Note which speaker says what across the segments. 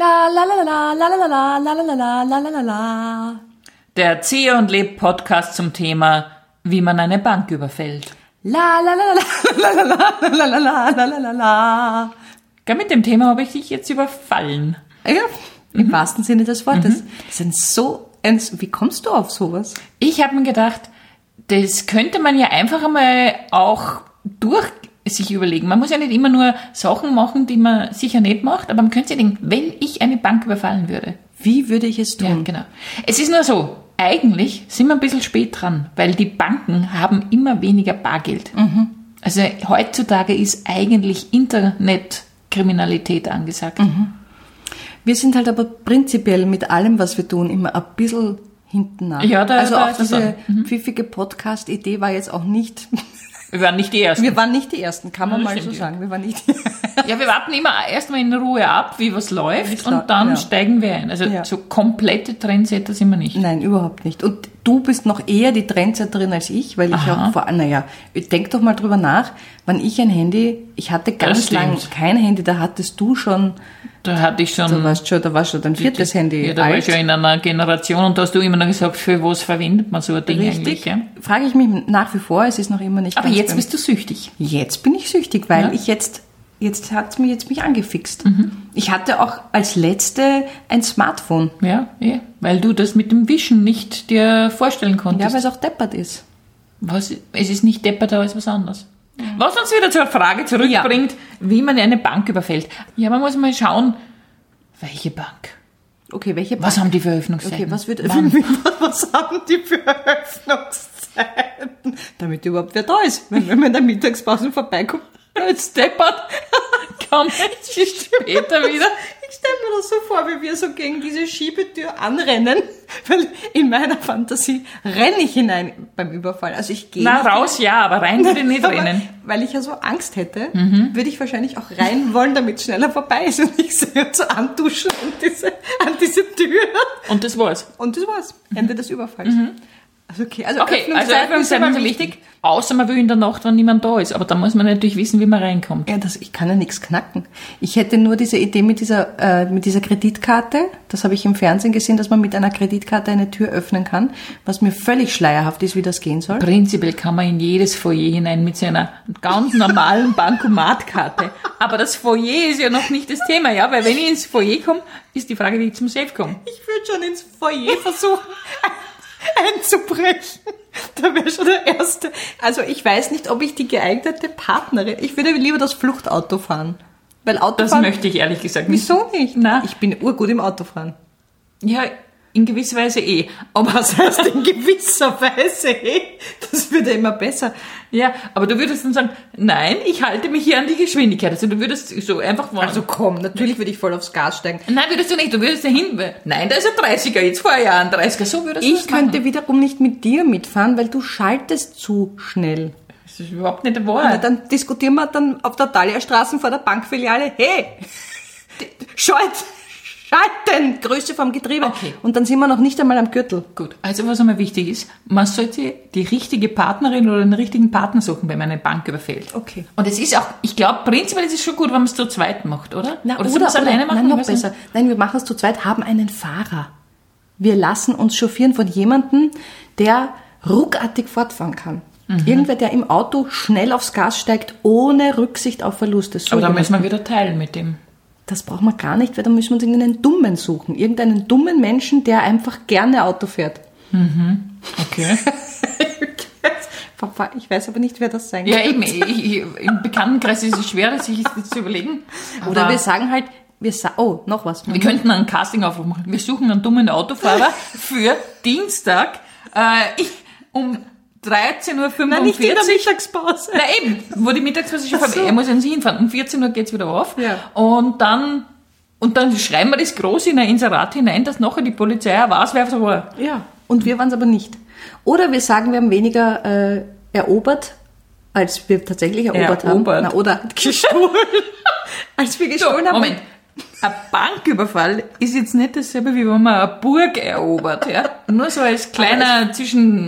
Speaker 1: La la la la la la la la la la la la la la la.
Speaker 2: Der Ziehe und Leb Podcast zum Thema, wie man eine Bank überfällt.
Speaker 1: La la la la la la la la la la la la la la.
Speaker 2: Gell, mit dem Thema habe ich dich jetzt überfallen.
Speaker 1: Ja, im
Speaker 2: Mhm.
Speaker 1: wahrsten Sinne des Wortes. Das sind so. ernst- Wie kommst du auf sowas?
Speaker 2: Ich habe mir gedacht, das könnte man ja einfach einmal auch durch sich überlegen. Man muss ja nicht immer nur Sachen machen, die man sicher nicht macht, aber man könnte sich denken, wenn ich eine Bank überfallen würde.
Speaker 1: Wie würde ich es
Speaker 2: Ja,
Speaker 1: tun?
Speaker 2: genau. Es ist nur so, eigentlich sind wir ein bisschen spät dran, weil die Banken haben immer weniger Bargeld. Also heutzutage ist eigentlich Internetkriminalität angesagt.
Speaker 1: Wir sind halt aber prinzipiell mit allem, was wir tun, immer ein bisschen hinten nach.
Speaker 2: Ja, da-
Speaker 1: also
Speaker 2: da
Speaker 1: auch
Speaker 2: ist das Mhm.
Speaker 1: diese pfiffige Podcast-Idee war jetzt auch nicht,
Speaker 2: Wir waren nicht die Ersten.
Speaker 1: wir waren nicht die Ersten, kann man
Speaker 2: Ja, das
Speaker 1: mal so
Speaker 2: stimmt, ja.
Speaker 1: sagen. Wir waren nicht die
Speaker 2: ja, wir warten immer erstmal in Ruhe ab, wie was läuft
Speaker 1: Wie's läuft,
Speaker 2: und dann
Speaker 1: ja.
Speaker 2: steigen wir ein. Also
Speaker 1: Ja.
Speaker 2: so komplette Trendsetter sind wir nicht.
Speaker 1: Nein, überhaupt nicht. Und du bist noch eher die Trendsetterin als ich, weil ich
Speaker 2: Aha.
Speaker 1: auch vor, naja, denk doch mal drüber nach, wann ich ein Handy, ich hatte ganz
Speaker 2: Das
Speaker 1: lang
Speaker 2: stimmt.
Speaker 1: kein Handy, da hattest du schon,
Speaker 2: Da hatte ich schon...
Speaker 1: da warst schon, da war schon dein viertes Handy
Speaker 2: ja, da war ich ja in einer Generation und da hast du immer noch gesagt, für was verwendet man so ein Ding eigentlich.
Speaker 1: Richtig.
Speaker 2: Ja?
Speaker 1: Frage ich mich nach wie vor, es ist noch immer nicht
Speaker 2: Aber
Speaker 1: ganz
Speaker 2: jetzt
Speaker 1: beim-
Speaker 2: bist du süchtig.
Speaker 1: Jetzt bin ich süchtig, weil
Speaker 2: Ja. Mhm.
Speaker 1: ich jetzt, jetzt hat's mir jetzt mich angefixt. Ich hatte auch als letzte ein Smartphone,
Speaker 2: Ja, ja, weil du das mit dem Wischen nicht dir vorstellen
Speaker 1: ja,
Speaker 2: konntest.
Speaker 1: weil es auch deppert ist.
Speaker 2: was, es ist nicht depperter als was anderes. Was uns wieder zur Frage zurückbringt, wie man eine Bank überfällt. Ja, man muss mal schauen, welche Bank?
Speaker 1: Okay, welche
Speaker 2: Was haben die für Öffnungszeiten?
Speaker 1: Okay, was, wird,
Speaker 2: Wann?
Speaker 1: was haben die für Öffnungszeiten? Damit überhaupt wer da ist. Wenn, wenn man in der Mittagspause vorbeikommt, ist deppert.
Speaker 2: Kommt später wieder.
Speaker 1: Ich stelle mir das so vor, wie wir so gegen diese Schiebetür anrennen, weil in meiner Fantasie renne ich hinein beim Überfall. Also ich gehe
Speaker 2: Na,
Speaker 1: nicht-
Speaker 2: raus, ja, aber rein würde ich nicht
Speaker 1: Aber
Speaker 2: rennen. Mhm.
Speaker 1: Weil ich ja so Angst hätte, würde ich wahrscheinlich auch rein wollen, damit es schneller vorbei ist und ich sehe so antuschen an diese, an diese Tür.
Speaker 2: Und das war's.
Speaker 1: Und das war's. Ende des Überfalls. Also okay, also
Speaker 2: Mhm. Okay, also Öffnungszeiten
Speaker 1: immer
Speaker 2: sind wichtig. Außer man will in der Nacht, wenn niemand da ist. Aber da muss man natürlich wissen, wie man reinkommt.
Speaker 1: Ja, das, ich kann ja nichts knacken. Ich hätte nur diese Idee mit dieser, äh, mit dieser Kreditkarte, das habe ich im Fernsehen gesehen, dass man mit einer Kreditkarte eine Tür öffnen kann, was mir völlig schleierhaft ist, wie das gehen soll.
Speaker 2: Prinzipiell kann man in jedes Foyer hinein mit seiner ganz normalen Bankomatkarte. Aber das Foyer ist ja noch nicht das Thema, ja? Weil wenn ich ins Foyer komme, ist die Frage, wie ich zum Safe komme.
Speaker 1: Ich würde schon ins Foyer versuchen ein- einzubrechen. Da wäre schon der Erste. Also ich weiß nicht, ob ich die geeignete Partnerin, ich würde lieber das Fluchtauto fahren. Weil
Speaker 2: Das
Speaker 1: Autofahren,
Speaker 2: möchte ich ehrlich gesagt nicht.
Speaker 1: wieso nicht?
Speaker 2: Na.
Speaker 1: Ich bin urgut im Autofahren.
Speaker 2: Ja, in gewisser Weise eh.
Speaker 1: Aber was heißt in gewisser Weise, hey, das wird ja immer besser.
Speaker 2: Ja, aber du würdest dann sagen, nein, ich halte mich hier an die Geschwindigkeit. Also du würdest so einfach fahren.
Speaker 1: Also komm, natürlich würde ich voll aufs Gas steigen.
Speaker 2: nein, würdest du nicht. Du würdest dahin. Nein, da ist ein 30er. Jetzt fahr ich an 30er. So würdest du
Speaker 1: Ich
Speaker 2: das machen.
Speaker 1: könnte wiederum nicht mit dir mitfahren, weil du schaltest zu schnell.
Speaker 2: Das ist überhaupt nicht
Speaker 1: Na,
Speaker 2: wahr.
Speaker 1: dann diskutieren wir dann auf der Thalia-Straße vor der Bankfiliale. Hey, schalt, schalten, Größe vom Getriebe.
Speaker 2: Okay.
Speaker 1: Und dann sind wir noch nicht einmal am Gürtel.
Speaker 2: Gut, also was einmal wichtig ist, man sollte die richtige Partnerin oder den richtigen Partner suchen, wenn man eine Bank überfällt.
Speaker 1: Okay.
Speaker 2: Und es ist auch, ich glaube, prinzipiell ist es schon gut, wenn man es zu zweit macht, oder?
Speaker 1: Na,
Speaker 2: oder soll man es alleine machen?
Speaker 1: Nein,
Speaker 2: Ich
Speaker 1: noch
Speaker 2: weiß nicht.
Speaker 1: besser. Nein, wir machen es zu zweit, haben einen Fahrer. Wir lassen uns chauffieren von jemandem, der ruckartig fortfahren kann.
Speaker 2: Mhm.
Speaker 1: Irgendwer, der im Auto schnell aufs Gas steigt, ohne Rücksicht auf Verluste. So
Speaker 2: Aber dann
Speaker 1: jemand.
Speaker 2: müssen wir wieder teilen mit dem.
Speaker 1: das braucht man gar nicht, weil da müssen wir uns irgendeinen Dummen suchen. Irgendeinen dummen Menschen, der einfach gerne Auto fährt.
Speaker 2: Okay.
Speaker 1: Papa, ich weiß aber nicht, wer das sein
Speaker 2: ja,
Speaker 1: könnte.
Speaker 2: eben, ich, ich, im Bekanntenkreis ist es schwer, sich das zu überlegen.
Speaker 1: Oder
Speaker 2: aber
Speaker 1: wir sagen halt, wir sa oh, noch was.
Speaker 2: wir könnten einen Castingaufruf machen. Wir suchen einen dummen Autofahrer für Dienstag äh, ich, um 13.45 Uhr.
Speaker 1: Mittagspause.
Speaker 2: Na eben, wo die Mittagspause schon
Speaker 1: Ach so.
Speaker 2: vorbei Er muss ja nicht hinfahren. Um 14 Uhr geht's wieder auf.
Speaker 1: Ja.
Speaker 2: Und dann, und dann schreiben wir das groß in ein Inserat hinein, dass nachher die Polizei auch weiß, wer es war.
Speaker 1: Ja, und wir waren es aber nicht. Oder wir sagen, wir haben weniger äh, erobert, als wir tatsächlich erobert haben.
Speaker 2: Erobert.
Speaker 1: Na, oder gestohlen. als wir gestohlen haben.
Speaker 2: Moment. Ein Banküberfall ist jetzt nicht dasselbe, wie wenn man eine Burg erobert. Ja? Nur so als kleiner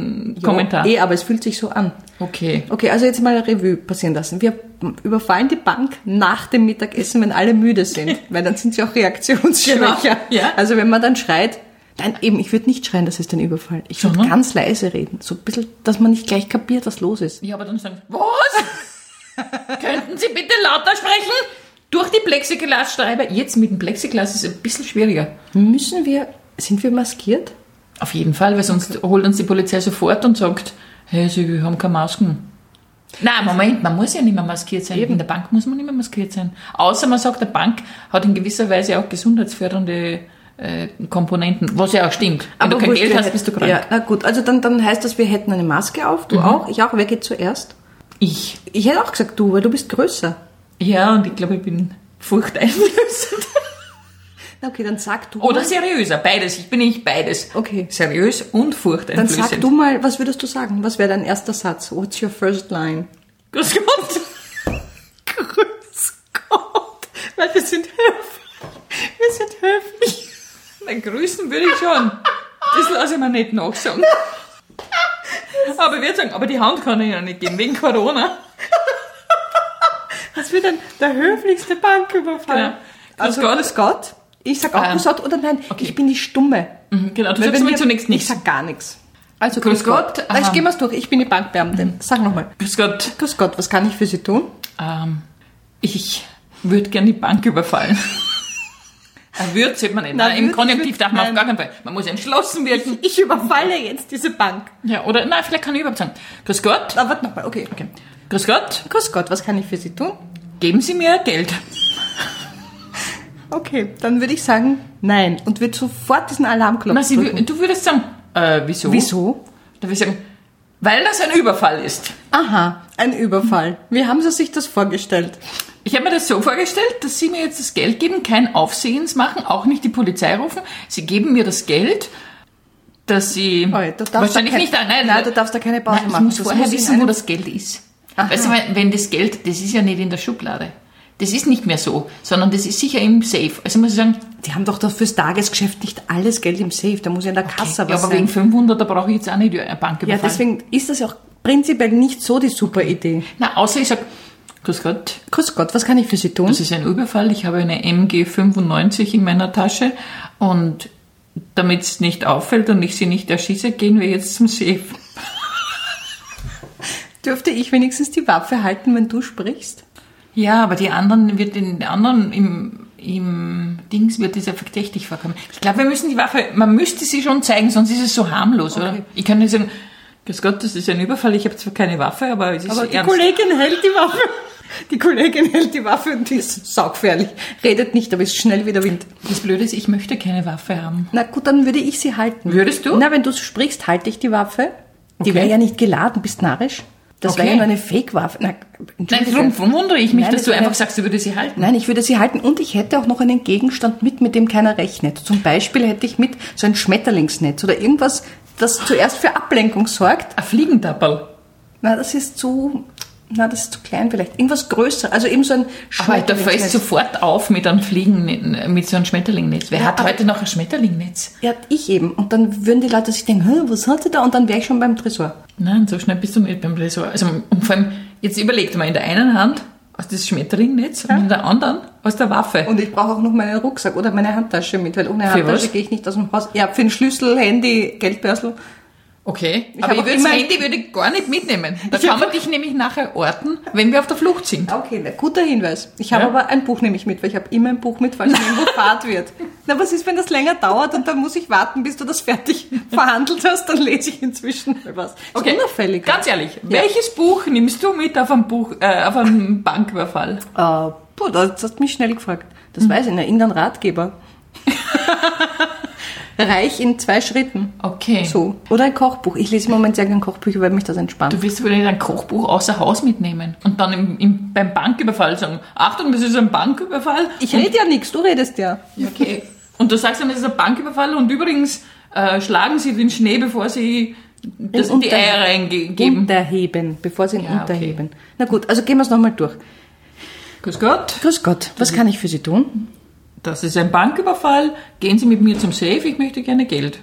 Speaker 2: Zwischenkommentar.
Speaker 1: Eh, aber es fühlt sich so an.
Speaker 2: Okay.
Speaker 1: Okay, also jetzt mal eine Revue passieren lassen. Wir überfallen die Bank nach dem Mittagessen, wenn alle müde sind, weil dann sind sie auch reaktionsschwächer.
Speaker 2: Genau, ja.
Speaker 1: Also wenn man dann schreit, nein, eben, ich würde nicht schreien, das ist ein Überfall. Ich würde
Speaker 2: Mhm.
Speaker 1: ganz leise reden, so ein bisschen, dass man nicht gleich kapiert, was los ist.
Speaker 2: Ja, aber dann sagen, was? Könnten Sie bitte lauter sprechen? Durch die Plexiglasscheibe. Jetzt mit dem Plexiglas ist es ein bisschen schwieriger.
Speaker 1: Müssen wir, sind wir maskiert?
Speaker 2: Auf jeden Fall, weil sonst holt uns die Polizei sofort und sagt, hey, Sie haben keine Masken. Nein, Moment, man muss ja nicht mehr maskiert sein. In der Bank muss man nicht mehr maskiert sein. Außer man sagt, der Bank hat in gewisser Weise auch gesundheitsfördernde äh, Komponenten, was ja auch stimmt. Wenn du kein
Speaker 1: wurscht,
Speaker 2: Geld
Speaker 1: wir
Speaker 2: hast,
Speaker 1: hätten-
Speaker 2: bist du krank. Mhm.
Speaker 1: Ja, na gut, also dann, dann heißt das, wir hätten eine Maske auf, du auch, ich auch, wer geht zuerst?
Speaker 2: Ich.
Speaker 1: Ich hätte auch gesagt, du, weil du bist größer.
Speaker 2: Ja, und ich glaube, ich bin furchteinflößend.
Speaker 1: Na okay, dann sag du.
Speaker 2: Oder
Speaker 1: mal,
Speaker 2: seriöser, beides. Ich bin nicht beides.
Speaker 1: Okay.
Speaker 2: Seriös
Speaker 1: dann
Speaker 2: und furchteinflößend.
Speaker 1: sag du mal, was würdest du sagen? Was wäre dein erster Satz? What's your first line?
Speaker 2: Grüß Gott.
Speaker 1: Grüß Gott, weil wir sind höflich. Wir sind höflich.
Speaker 2: Na, grüßen würde ich schon. Das lasse ich mir nicht nachsagen. Aber ich würde sagen, aber die Hand kann ich ja nicht geben, wegen Corona.
Speaker 1: Das wird dann der höflichste Banküberfall.
Speaker 2: Genau.
Speaker 1: Also
Speaker 2: Grüß Gott.
Speaker 1: grüß Gott. Ich sag auch
Speaker 2: Ah.
Speaker 1: grüß Gott oder nein,
Speaker 2: Okay.
Speaker 1: ich bin die Stumme.
Speaker 2: Genau, du
Speaker 1: Weil
Speaker 2: sagst
Speaker 1: wenn
Speaker 2: mir
Speaker 1: wir-
Speaker 2: zunächst
Speaker 1: Ich
Speaker 2: nichts.
Speaker 1: sag gar nichts. Also
Speaker 2: Grüß Gott.
Speaker 1: Na,
Speaker 2: Aha. Mhm.
Speaker 1: Ich gehen wir's durch. Ich bin die Bankbeamtin. Sag nochmal.
Speaker 2: Grüß Gott.
Speaker 1: Grüß Gott, was kann ich für Sie tun?
Speaker 2: Ähm, ich würde gern die Bank überfallen. Ein Würd sieht man nicht.
Speaker 1: Na,
Speaker 2: Nein, Im
Speaker 1: Würd-
Speaker 2: Konjunktiv darf man auf
Speaker 1: nein.
Speaker 2: gar keinen Fall. Man muss entschlossen wirken.
Speaker 1: Ich überfalle jetzt diese Bank.
Speaker 2: Ja, oder, nein, vielleicht kann ich überhaupt sagen. Grüß Gott.
Speaker 1: Na, Ah, warte nochmal, okay.
Speaker 2: Okay. Grüß Gott.
Speaker 1: Grüß Gott, was kann ich für Sie tun?
Speaker 2: Geben Sie mir Geld.
Speaker 1: Okay, dann würde ich sagen, nein. Und würde sofort diesen Alarmknopf
Speaker 2: Na, sie,
Speaker 1: drücken.
Speaker 2: wü- du würdest sagen, äh, wieso?
Speaker 1: Wieso?
Speaker 2: Da würde ich sagen, weil das ein Überfall ist.
Speaker 1: Aha, ein Überfall. Wie haben Sie sich das vorgestellt?
Speaker 2: Ich habe mir das so vorgestellt, dass Sie mir jetzt das Geld geben, kein Aufsehens machen, auch nicht die Polizei rufen. Sie geben mir das Geld, dass Sie
Speaker 1: Oi, du darfst
Speaker 2: wahrscheinlich
Speaker 1: da kein-
Speaker 2: nicht. Nein,
Speaker 1: Nein, du darfst da keine Pause
Speaker 2: nein, ich
Speaker 1: machen.
Speaker 2: muss
Speaker 1: Das
Speaker 2: vorher
Speaker 1: muss in
Speaker 2: wissen, wo
Speaker 1: einem-
Speaker 2: das Geld ist.
Speaker 1: Aha.
Speaker 2: Weißt du, weil wenn das Geld, das ist ja nicht in der Schublade. Das ist nicht mehr so, sondern das ist sicher im Safe. Also muss ich sagen,
Speaker 1: Die haben doch das fürs Tagesgeschäft nicht alles Geld im Safe. Da muss ja in der Kasse
Speaker 2: ja,
Speaker 1: was
Speaker 2: aber
Speaker 1: sein.
Speaker 2: wegen 500, da brauche ich jetzt auch nicht eine Bank
Speaker 1: ja,
Speaker 2: überfallen.
Speaker 1: deswegen ist das ja auch prinzipiell nicht so die super Idee.
Speaker 2: Na, außer ich sage, grüß Gott,
Speaker 1: Grüß Gott, was kann ich für Sie tun?
Speaker 2: Das ist ein Überfall. Ich habe eine MG 95 in meiner Tasche und damit es nicht auffällt und ich sie nicht erschieße, gehen wir jetzt zum Safe.
Speaker 1: Dürfte ich wenigstens die Waffe halten, wenn du sprichst?
Speaker 2: Ja, aber die anderen wird den anderen im, im Dings wird dieser verdächtig vorkommen. Ich glaube, wir müssen die Waffe, man müsste sie schon zeigen, sonst ist es so harmlos, oder?
Speaker 1: Okay.
Speaker 2: Ich kann nicht sagen, Grüß Gott, das ist ein Überfall. Ich habe zwar keine Waffe, aber es ist
Speaker 1: Aber die
Speaker 2: ernst.
Speaker 1: Kollegin hält die Waffe. Die Kollegin hält die Waffe und die ist saugefährlich. Redet nicht, aber ist schnell wie der Wind.
Speaker 2: Das Blöde ist, ich möchte keine Waffe haben.
Speaker 1: Na gut, dann würde ich sie halten.
Speaker 2: Würdest du?
Speaker 1: Na, wenn du sprichst, halte ich die Waffe. Die
Speaker 2: Okay.
Speaker 1: wäre ja nicht geladen, bist narrisch. Das
Speaker 2: Okay.
Speaker 1: wäre ja nur eine Fake-Waffe. Na,
Speaker 2: Nein,
Speaker 1: entschuldige.
Speaker 2: darum wundere ich mich,
Speaker 1: Nein,
Speaker 2: dass
Speaker 1: das
Speaker 2: du
Speaker 1: wäre-
Speaker 2: einfach sagst, du würdest sie halten.
Speaker 1: Nein, ich würde sie halten und ich hätte auch noch einen Gegenstand mit, mit dem keiner rechnet. Zum Beispiel hätte ich mit so ein Schmetterlingsnetz oder irgendwas, das zuerst für Ablenkung sorgt.
Speaker 2: Ein Fliegendappel.
Speaker 1: Na, das ist zu, na, das ist zu klein vielleicht. Irgendwas größer, also eben so ein
Speaker 2: Aber da fällt sofort auf mit einem Fliegen, mit so einem Schmetterlingnetz. Wer
Speaker 1: Ja,
Speaker 2: hat
Speaker 1: aber-
Speaker 2: heute noch ein Schmetterlingnetz?
Speaker 1: Ja, ich eben. Und dann würden die Leute sich denken, "Hä, was hat sie da? Und dann wäre ich schon beim Tresor.
Speaker 2: Nein, so schnell bist du nicht beim Tresor. Also, und vor allem, jetzt überlegt mal, in der einen Hand hast du das Schmetterlingnetz und in der anderen hast du eine Waffe.
Speaker 1: Und ich brauche auch noch meinen Rucksack oder meine Handtasche mit, weil ohne
Speaker 2: Für
Speaker 1: Handtasche
Speaker 2: was?
Speaker 1: gehe ich nicht aus dem Haus. Ja, für den Schlüssel, Handy, Geldbörsel.
Speaker 2: okay,
Speaker 1: Ich
Speaker 2: aber
Speaker 1: hab
Speaker 2: ich
Speaker 1: auch
Speaker 2: würde
Speaker 1: immer-
Speaker 2: das Handy würde ich gar nicht mitnehmen. Da
Speaker 1: Ich hab-
Speaker 2: kann man dich nämlich nachher orten, wenn wir auf der Flucht sind.
Speaker 1: Okay, na, guter Hinweis. Ich habe
Speaker 2: Ja.
Speaker 1: aber ein Buch nämlich mit, weil ich habe immer ein Buch mit, falls irgendwo Fahrt wird. Na, was ist, wenn das länger dauert und dann muss ich warten, bis du das fertig verhandelt hast, dann lese ich inzwischen mal was. Ist unauffällig. Äh,
Speaker 2: ganz ehrlich, welches Buch nimmst du mit auf einem, Buch, äh, auf einem Banküberfall?
Speaker 1: Äh, puh, das hast du mich schnell gefragt. Das
Speaker 2: Hm.
Speaker 1: weiß ich, na, irgendein Ratgeber. Reich in zwei Schritten.
Speaker 2: Okay.
Speaker 1: So. Oder ein Kochbuch. Ich lese im Moment sehr gerne Kochbücher, weil mich das entspannt.
Speaker 2: Du wirst wohl nicht ein Kochbuch außer Haus mitnehmen und dann im, im, beim Banküberfall sagen, Achtung, das ist ein Banküberfall.
Speaker 1: Ich rede ja nichts, du redest ja.
Speaker 2: Okay. Und du sagst dann, das ist ein Banküberfall und übrigens äh, schlagen sie den Schnee, bevor sie das in die
Speaker 1: Unter-
Speaker 2: Eier reingeben.
Speaker 1: Unterheben, bevor sie ihn
Speaker 2: Ja, okay.
Speaker 1: unterheben. Na gut, also gehen wir es nochmal durch.
Speaker 2: Grüß Gott.
Speaker 1: Grüß Gott, was kann ich für Sie tun?
Speaker 2: Das ist ein Banküberfall. Gehen Sie mit mir zum Safe. Ich möchte gerne Geld.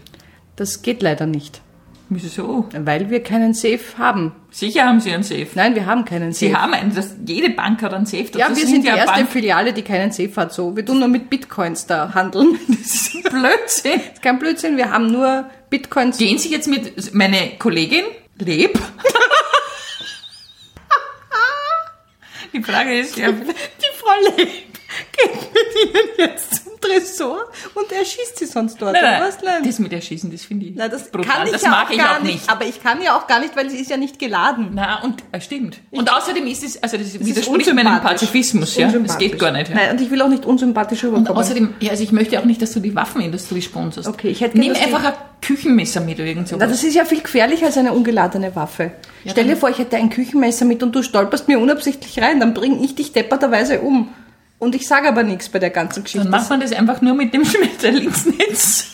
Speaker 1: Das geht leider nicht,
Speaker 2: Wieso?
Speaker 1: weil wir keinen Safe haben.
Speaker 2: Sicher haben Sie einen Safe.
Speaker 1: Nein, wir haben keinen Safe.
Speaker 2: Sie haben einen. Das, jede Bank hat einen Safe. Dazu
Speaker 1: ja, wir sind die
Speaker 2: ja
Speaker 1: erste
Speaker 2: Bank-
Speaker 1: Filiale, die keinen Safe hat. So, wir tun nur mit Bitcoins da handeln. Das
Speaker 2: Das ist ein Blödsinn.
Speaker 1: ist kein Blödsinn. Wir haben nur Bitcoins.
Speaker 2: Gehen Sie jetzt mit meine Kollegin Leb? Die Frage ist ja,
Speaker 1: Frau Leb geht mit ihnen jetzt zum Tresor und erschießt sie sonst dort. oder
Speaker 2: nein,
Speaker 1: was?
Speaker 2: nein,
Speaker 1: Nein.
Speaker 2: das mit Erschießen, das finde ich
Speaker 1: Na, das
Speaker 2: brutal.
Speaker 1: kann ich
Speaker 2: das
Speaker 1: ja
Speaker 2: mag
Speaker 1: auch
Speaker 2: ich
Speaker 1: gar
Speaker 2: auch nicht.
Speaker 1: Aber ich kann ja auch gar nicht, weil sie ist ja nicht geladen.
Speaker 2: Na und äh, stimmt. Und außerdem ist es, also das, widerspricht
Speaker 1: unsympathisch.
Speaker 2: meinem Pazifismus, ja. Das
Speaker 1: Unsympathisch.
Speaker 2: geht gar nicht. Ja.
Speaker 1: Nein, und ich will auch nicht unsympathisch
Speaker 2: Und
Speaker 1: rüberkommen.
Speaker 2: außerdem, ja, also ich möchte auch nicht, dass du die Waffenindustrie sponsorst.
Speaker 1: Okay, ich hätte gern,
Speaker 2: Nimm
Speaker 1: dass die-
Speaker 2: einfach ein Küchenmesser mit oder irgend
Speaker 1: Na,
Speaker 2: sowas.
Speaker 1: das ist ja viel gefährlicher als eine ungeladene Waffe. Stell dir vor, ich hätte ein Küchenmesser mit und du stolperst mir unabsichtlich rein, dann bringe ich dich depperterweise um. Und ich sage aber nichts bei der ganzen Geschichte.
Speaker 2: Dann macht man das einfach nur mit dem Schmetterlingsnetz.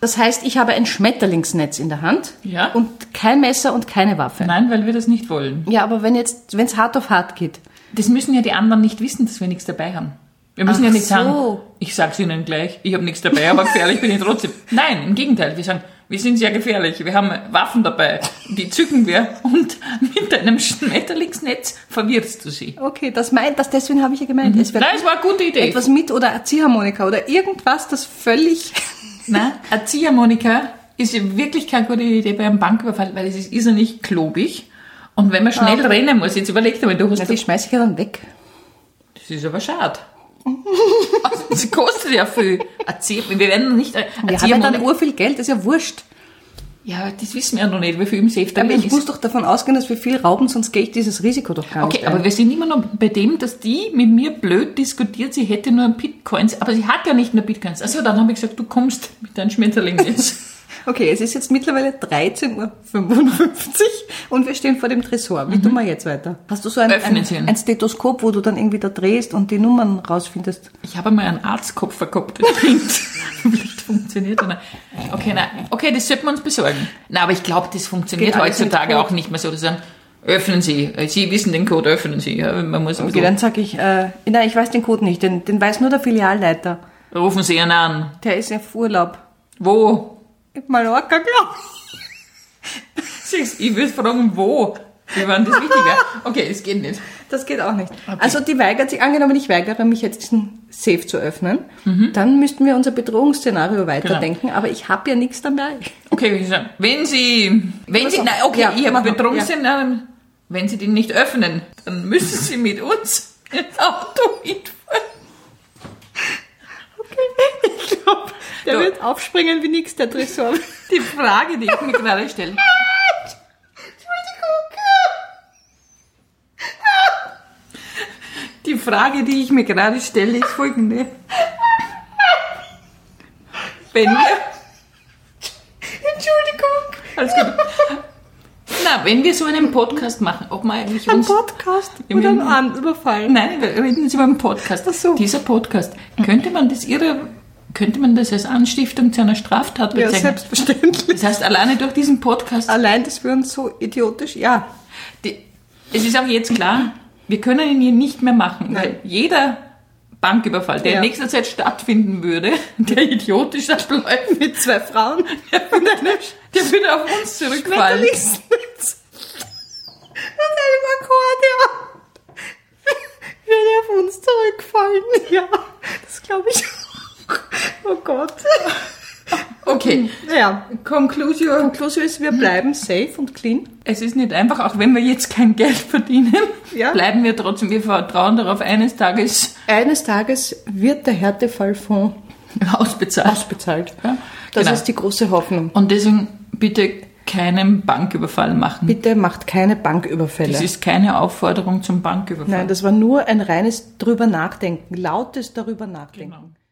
Speaker 1: Das heißt, ich habe ein Schmetterlingsnetz in der Hand
Speaker 2: Ja.
Speaker 1: und kein Messer und keine Waffe.
Speaker 2: Nein, weil wir das nicht wollen.
Speaker 1: Ja, aber wenn jetzt, wenn es hart auf hart geht,
Speaker 2: Das müssen ja die anderen nicht wissen, dass wir nichts dabei haben. Wir müssen
Speaker 1: Ach
Speaker 2: ja nicht sagen,
Speaker 1: so.
Speaker 2: ich sag's ihnen gleich, ich habe nichts dabei, aber gefährlich bin ich trotzdem. Nein, im Gegenteil, wir sagen, wir sind sehr gefährlich, wir haben Waffen dabei, die zücken wir und mit einem Schmetterlingsnetz verwirrst du sie.
Speaker 1: okay, das meint, das deswegen habe ich ja gemeint, es wäre
Speaker 2: Mhm. Nein, es war eine gute Idee.
Speaker 1: etwas mit oder Ziehharmonika oder irgendwas, das völlig
Speaker 2: Nein, eine Ziehharmonika ist wirklich keine gute Idee bei einem Banküberfall, weil es ist irrsinnig klobig. Und wenn man schnell rennen muss, jetzt überleg dir mal, du hast...
Speaker 1: Na, die schmeiße ich ja dann weg.
Speaker 2: das ist aber schade. Also, das kostet ja viel. Eine Zieh- Wir werden nicht... äh, Eine
Speaker 1: Wir haben ja
Speaker 2: Ziehharmonika-
Speaker 1: dann urviel Geld, ist ja wurscht.
Speaker 2: Ja, aber das wissen wir ja noch nicht, wie viel im Safe
Speaker 1: Aber
Speaker 2: drinnen
Speaker 1: ich
Speaker 2: ist.
Speaker 1: muss doch davon ausgehen, dass wir viel rauben, sonst gehe ich dieses Risiko doch gar
Speaker 2: Okay,
Speaker 1: nicht ein.
Speaker 2: aber wir sind immer noch bei dem, dass die mit mir blöd diskutiert, sie hätte nur Bitcoins, aber sie hat ja nicht nur Bitcoins. Also dann habe ich gesagt, du kommst mit deinen Schmetterlingen jetzt.
Speaker 1: Okay, es ist jetzt mittlerweile 13.55 Uhr und wir stehen vor dem Tresor. Wie tun wir jetzt weiter? Hast du so ein,
Speaker 2: Öffnen
Speaker 1: ein,
Speaker 2: Sie ihn.
Speaker 1: ein Stethoskop, wo du dann irgendwie da drehst und die Nummern rausfindest?
Speaker 2: Ich habe mal einen Arztkopf verkopft, das Kind. Vielleicht funktioniert er nicht. Okay, na, okay, das sollten wir uns besorgen. Na, aber ich glaube, das funktioniert
Speaker 1: Geht alles mit
Speaker 2: heutzutage
Speaker 1: Code.
Speaker 2: auch nicht mehr so, dass sie sagen, öffnen Sie, äh, Sie wissen den Code, öffnen Sie. Ja, man muss ein
Speaker 1: Okay,
Speaker 2: bisschen,
Speaker 1: dann sag ich, äh, nein, ich weiß den Code nicht, den, den weiß nur der Filialleiter.
Speaker 2: rufen Sie ihn an.
Speaker 1: Der ist auf Urlaub.
Speaker 2: Wo?
Speaker 1: In Mallorca, glaub ich.
Speaker 2: Ich würde fragen, wo? Wir waren das wichtiger. Okay, das geht nicht.
Speaker 1: Das geht auch nicht. Also die weigert sich, angenommen ich weigere mich jetzt diesen Safe zu öffnen, dann müssten wir unser Bedrohungsszenario weiterdenken, aber ich habe ja nichts dabei.
Speaker 2: Okay, wie gesagt, wenn Sie, wenn Sie,
Speaker 1: auf.
Speaker 2: nein, okay,
Speaker 1: Ja,
Speaker 2: ich
Speaker 1: mach
Speaker 2: habe
Speaker 1: mal,
Speaker 2: betrunken,
Speaker 1: ja.
Speaker 2: sind, ähm, wenn Sie den nicht öffnen, dann müssen Sie mit uns ins Auto mitfahren.
Speaker 1: Ich glaube, der
Speaker 2: Du-
Speaker 1: wird aufspringen wie nix, der Tresor.
Speaker 2: Die Frage, die ich mir gerade stelle. Die Frage, die ich mir gerade stelle, ist folgende. Wenn wir,
Speaker 1: Entschuldigung,
Speaker 2: alles gut. Na, wenn wir so einen Podcast machen, ob man eigentlich
Speaker 1: ein
Speaker 2: uns
Speaker 1: Podcast
Speaker 2: Im
Speaker 1: oder ein
Speaker 2: Hin-
Speaker 1: An überfallen.
Speaker 2: Nein, wir reden jetzt über einen Podcast.
Speaker 1: Ach so.
Speaker 2: Dieser Podcast, könnte man das ihre, könnte man das als Anstiftung zu einer Straftat
Speaker 1: Ja, Ah.
Speaker 2: bezeichnen?
Speaker 1: selbstverständlich.
Speaker 2: das heißt, alleine durch diesen Podcast,
Speaker 1: Allein, dass wir uns so idiotisch, ja.
Speaker 2: die, es ist auch jetzt klar, wir können ihn hier nicht mehr machen,
Speaker 1: Nein.
Speaker 2: weil jeder Banküberfall, der
Speaker 1: Ja.
Speaker 2: in nächster Zeit stattfinden würde, der idiotisch abläuft,
Speaker 1: Mit zwei Frauen und einem
Speaker 2: der würde auf uns zurückfallen.
Speaker 1: Schmetterlingsnetz und einem Akkordeon würde auf uns zurückfallen. Ja, das glaube ich auch. Oh Gott.
Speaker 2: Okay,
Speaker 1: Naja,
Speaker 2: Conclusio.
Speaker 1: Conclusio ist, wir bleiben safe und clean.
Speaker 2: Es ist nicht einfach, auch wenn wir jetzt kein Geld verdienen,
Speaker 1: Ja.
Speaker 2: bleiben wir trotzdem, wir vertrauen darauf, eines Tages
Speaker 1: Eines Tages wird der Härtefallfonds
Speaker 2: ausbezahlt.
Speaker 1: ausbezahlt.
Speaker 2: Ja,
Speaker 1: Das
Speaker 2: genau.
Speaker 1: ist die große Hoffnung.
Speaker 2: Und deswegen bitte keinen Banküberfall machen.
Speaker 1: Bitte macht keine Banküberfälle.
Speaker 2: Das ist keine Aufforderung zum Banküberfall.
Speaker 1: Nein, das war nur ein reines drüber nachdenken, lautes darüber nachdenken.
Speaker 2: Genau.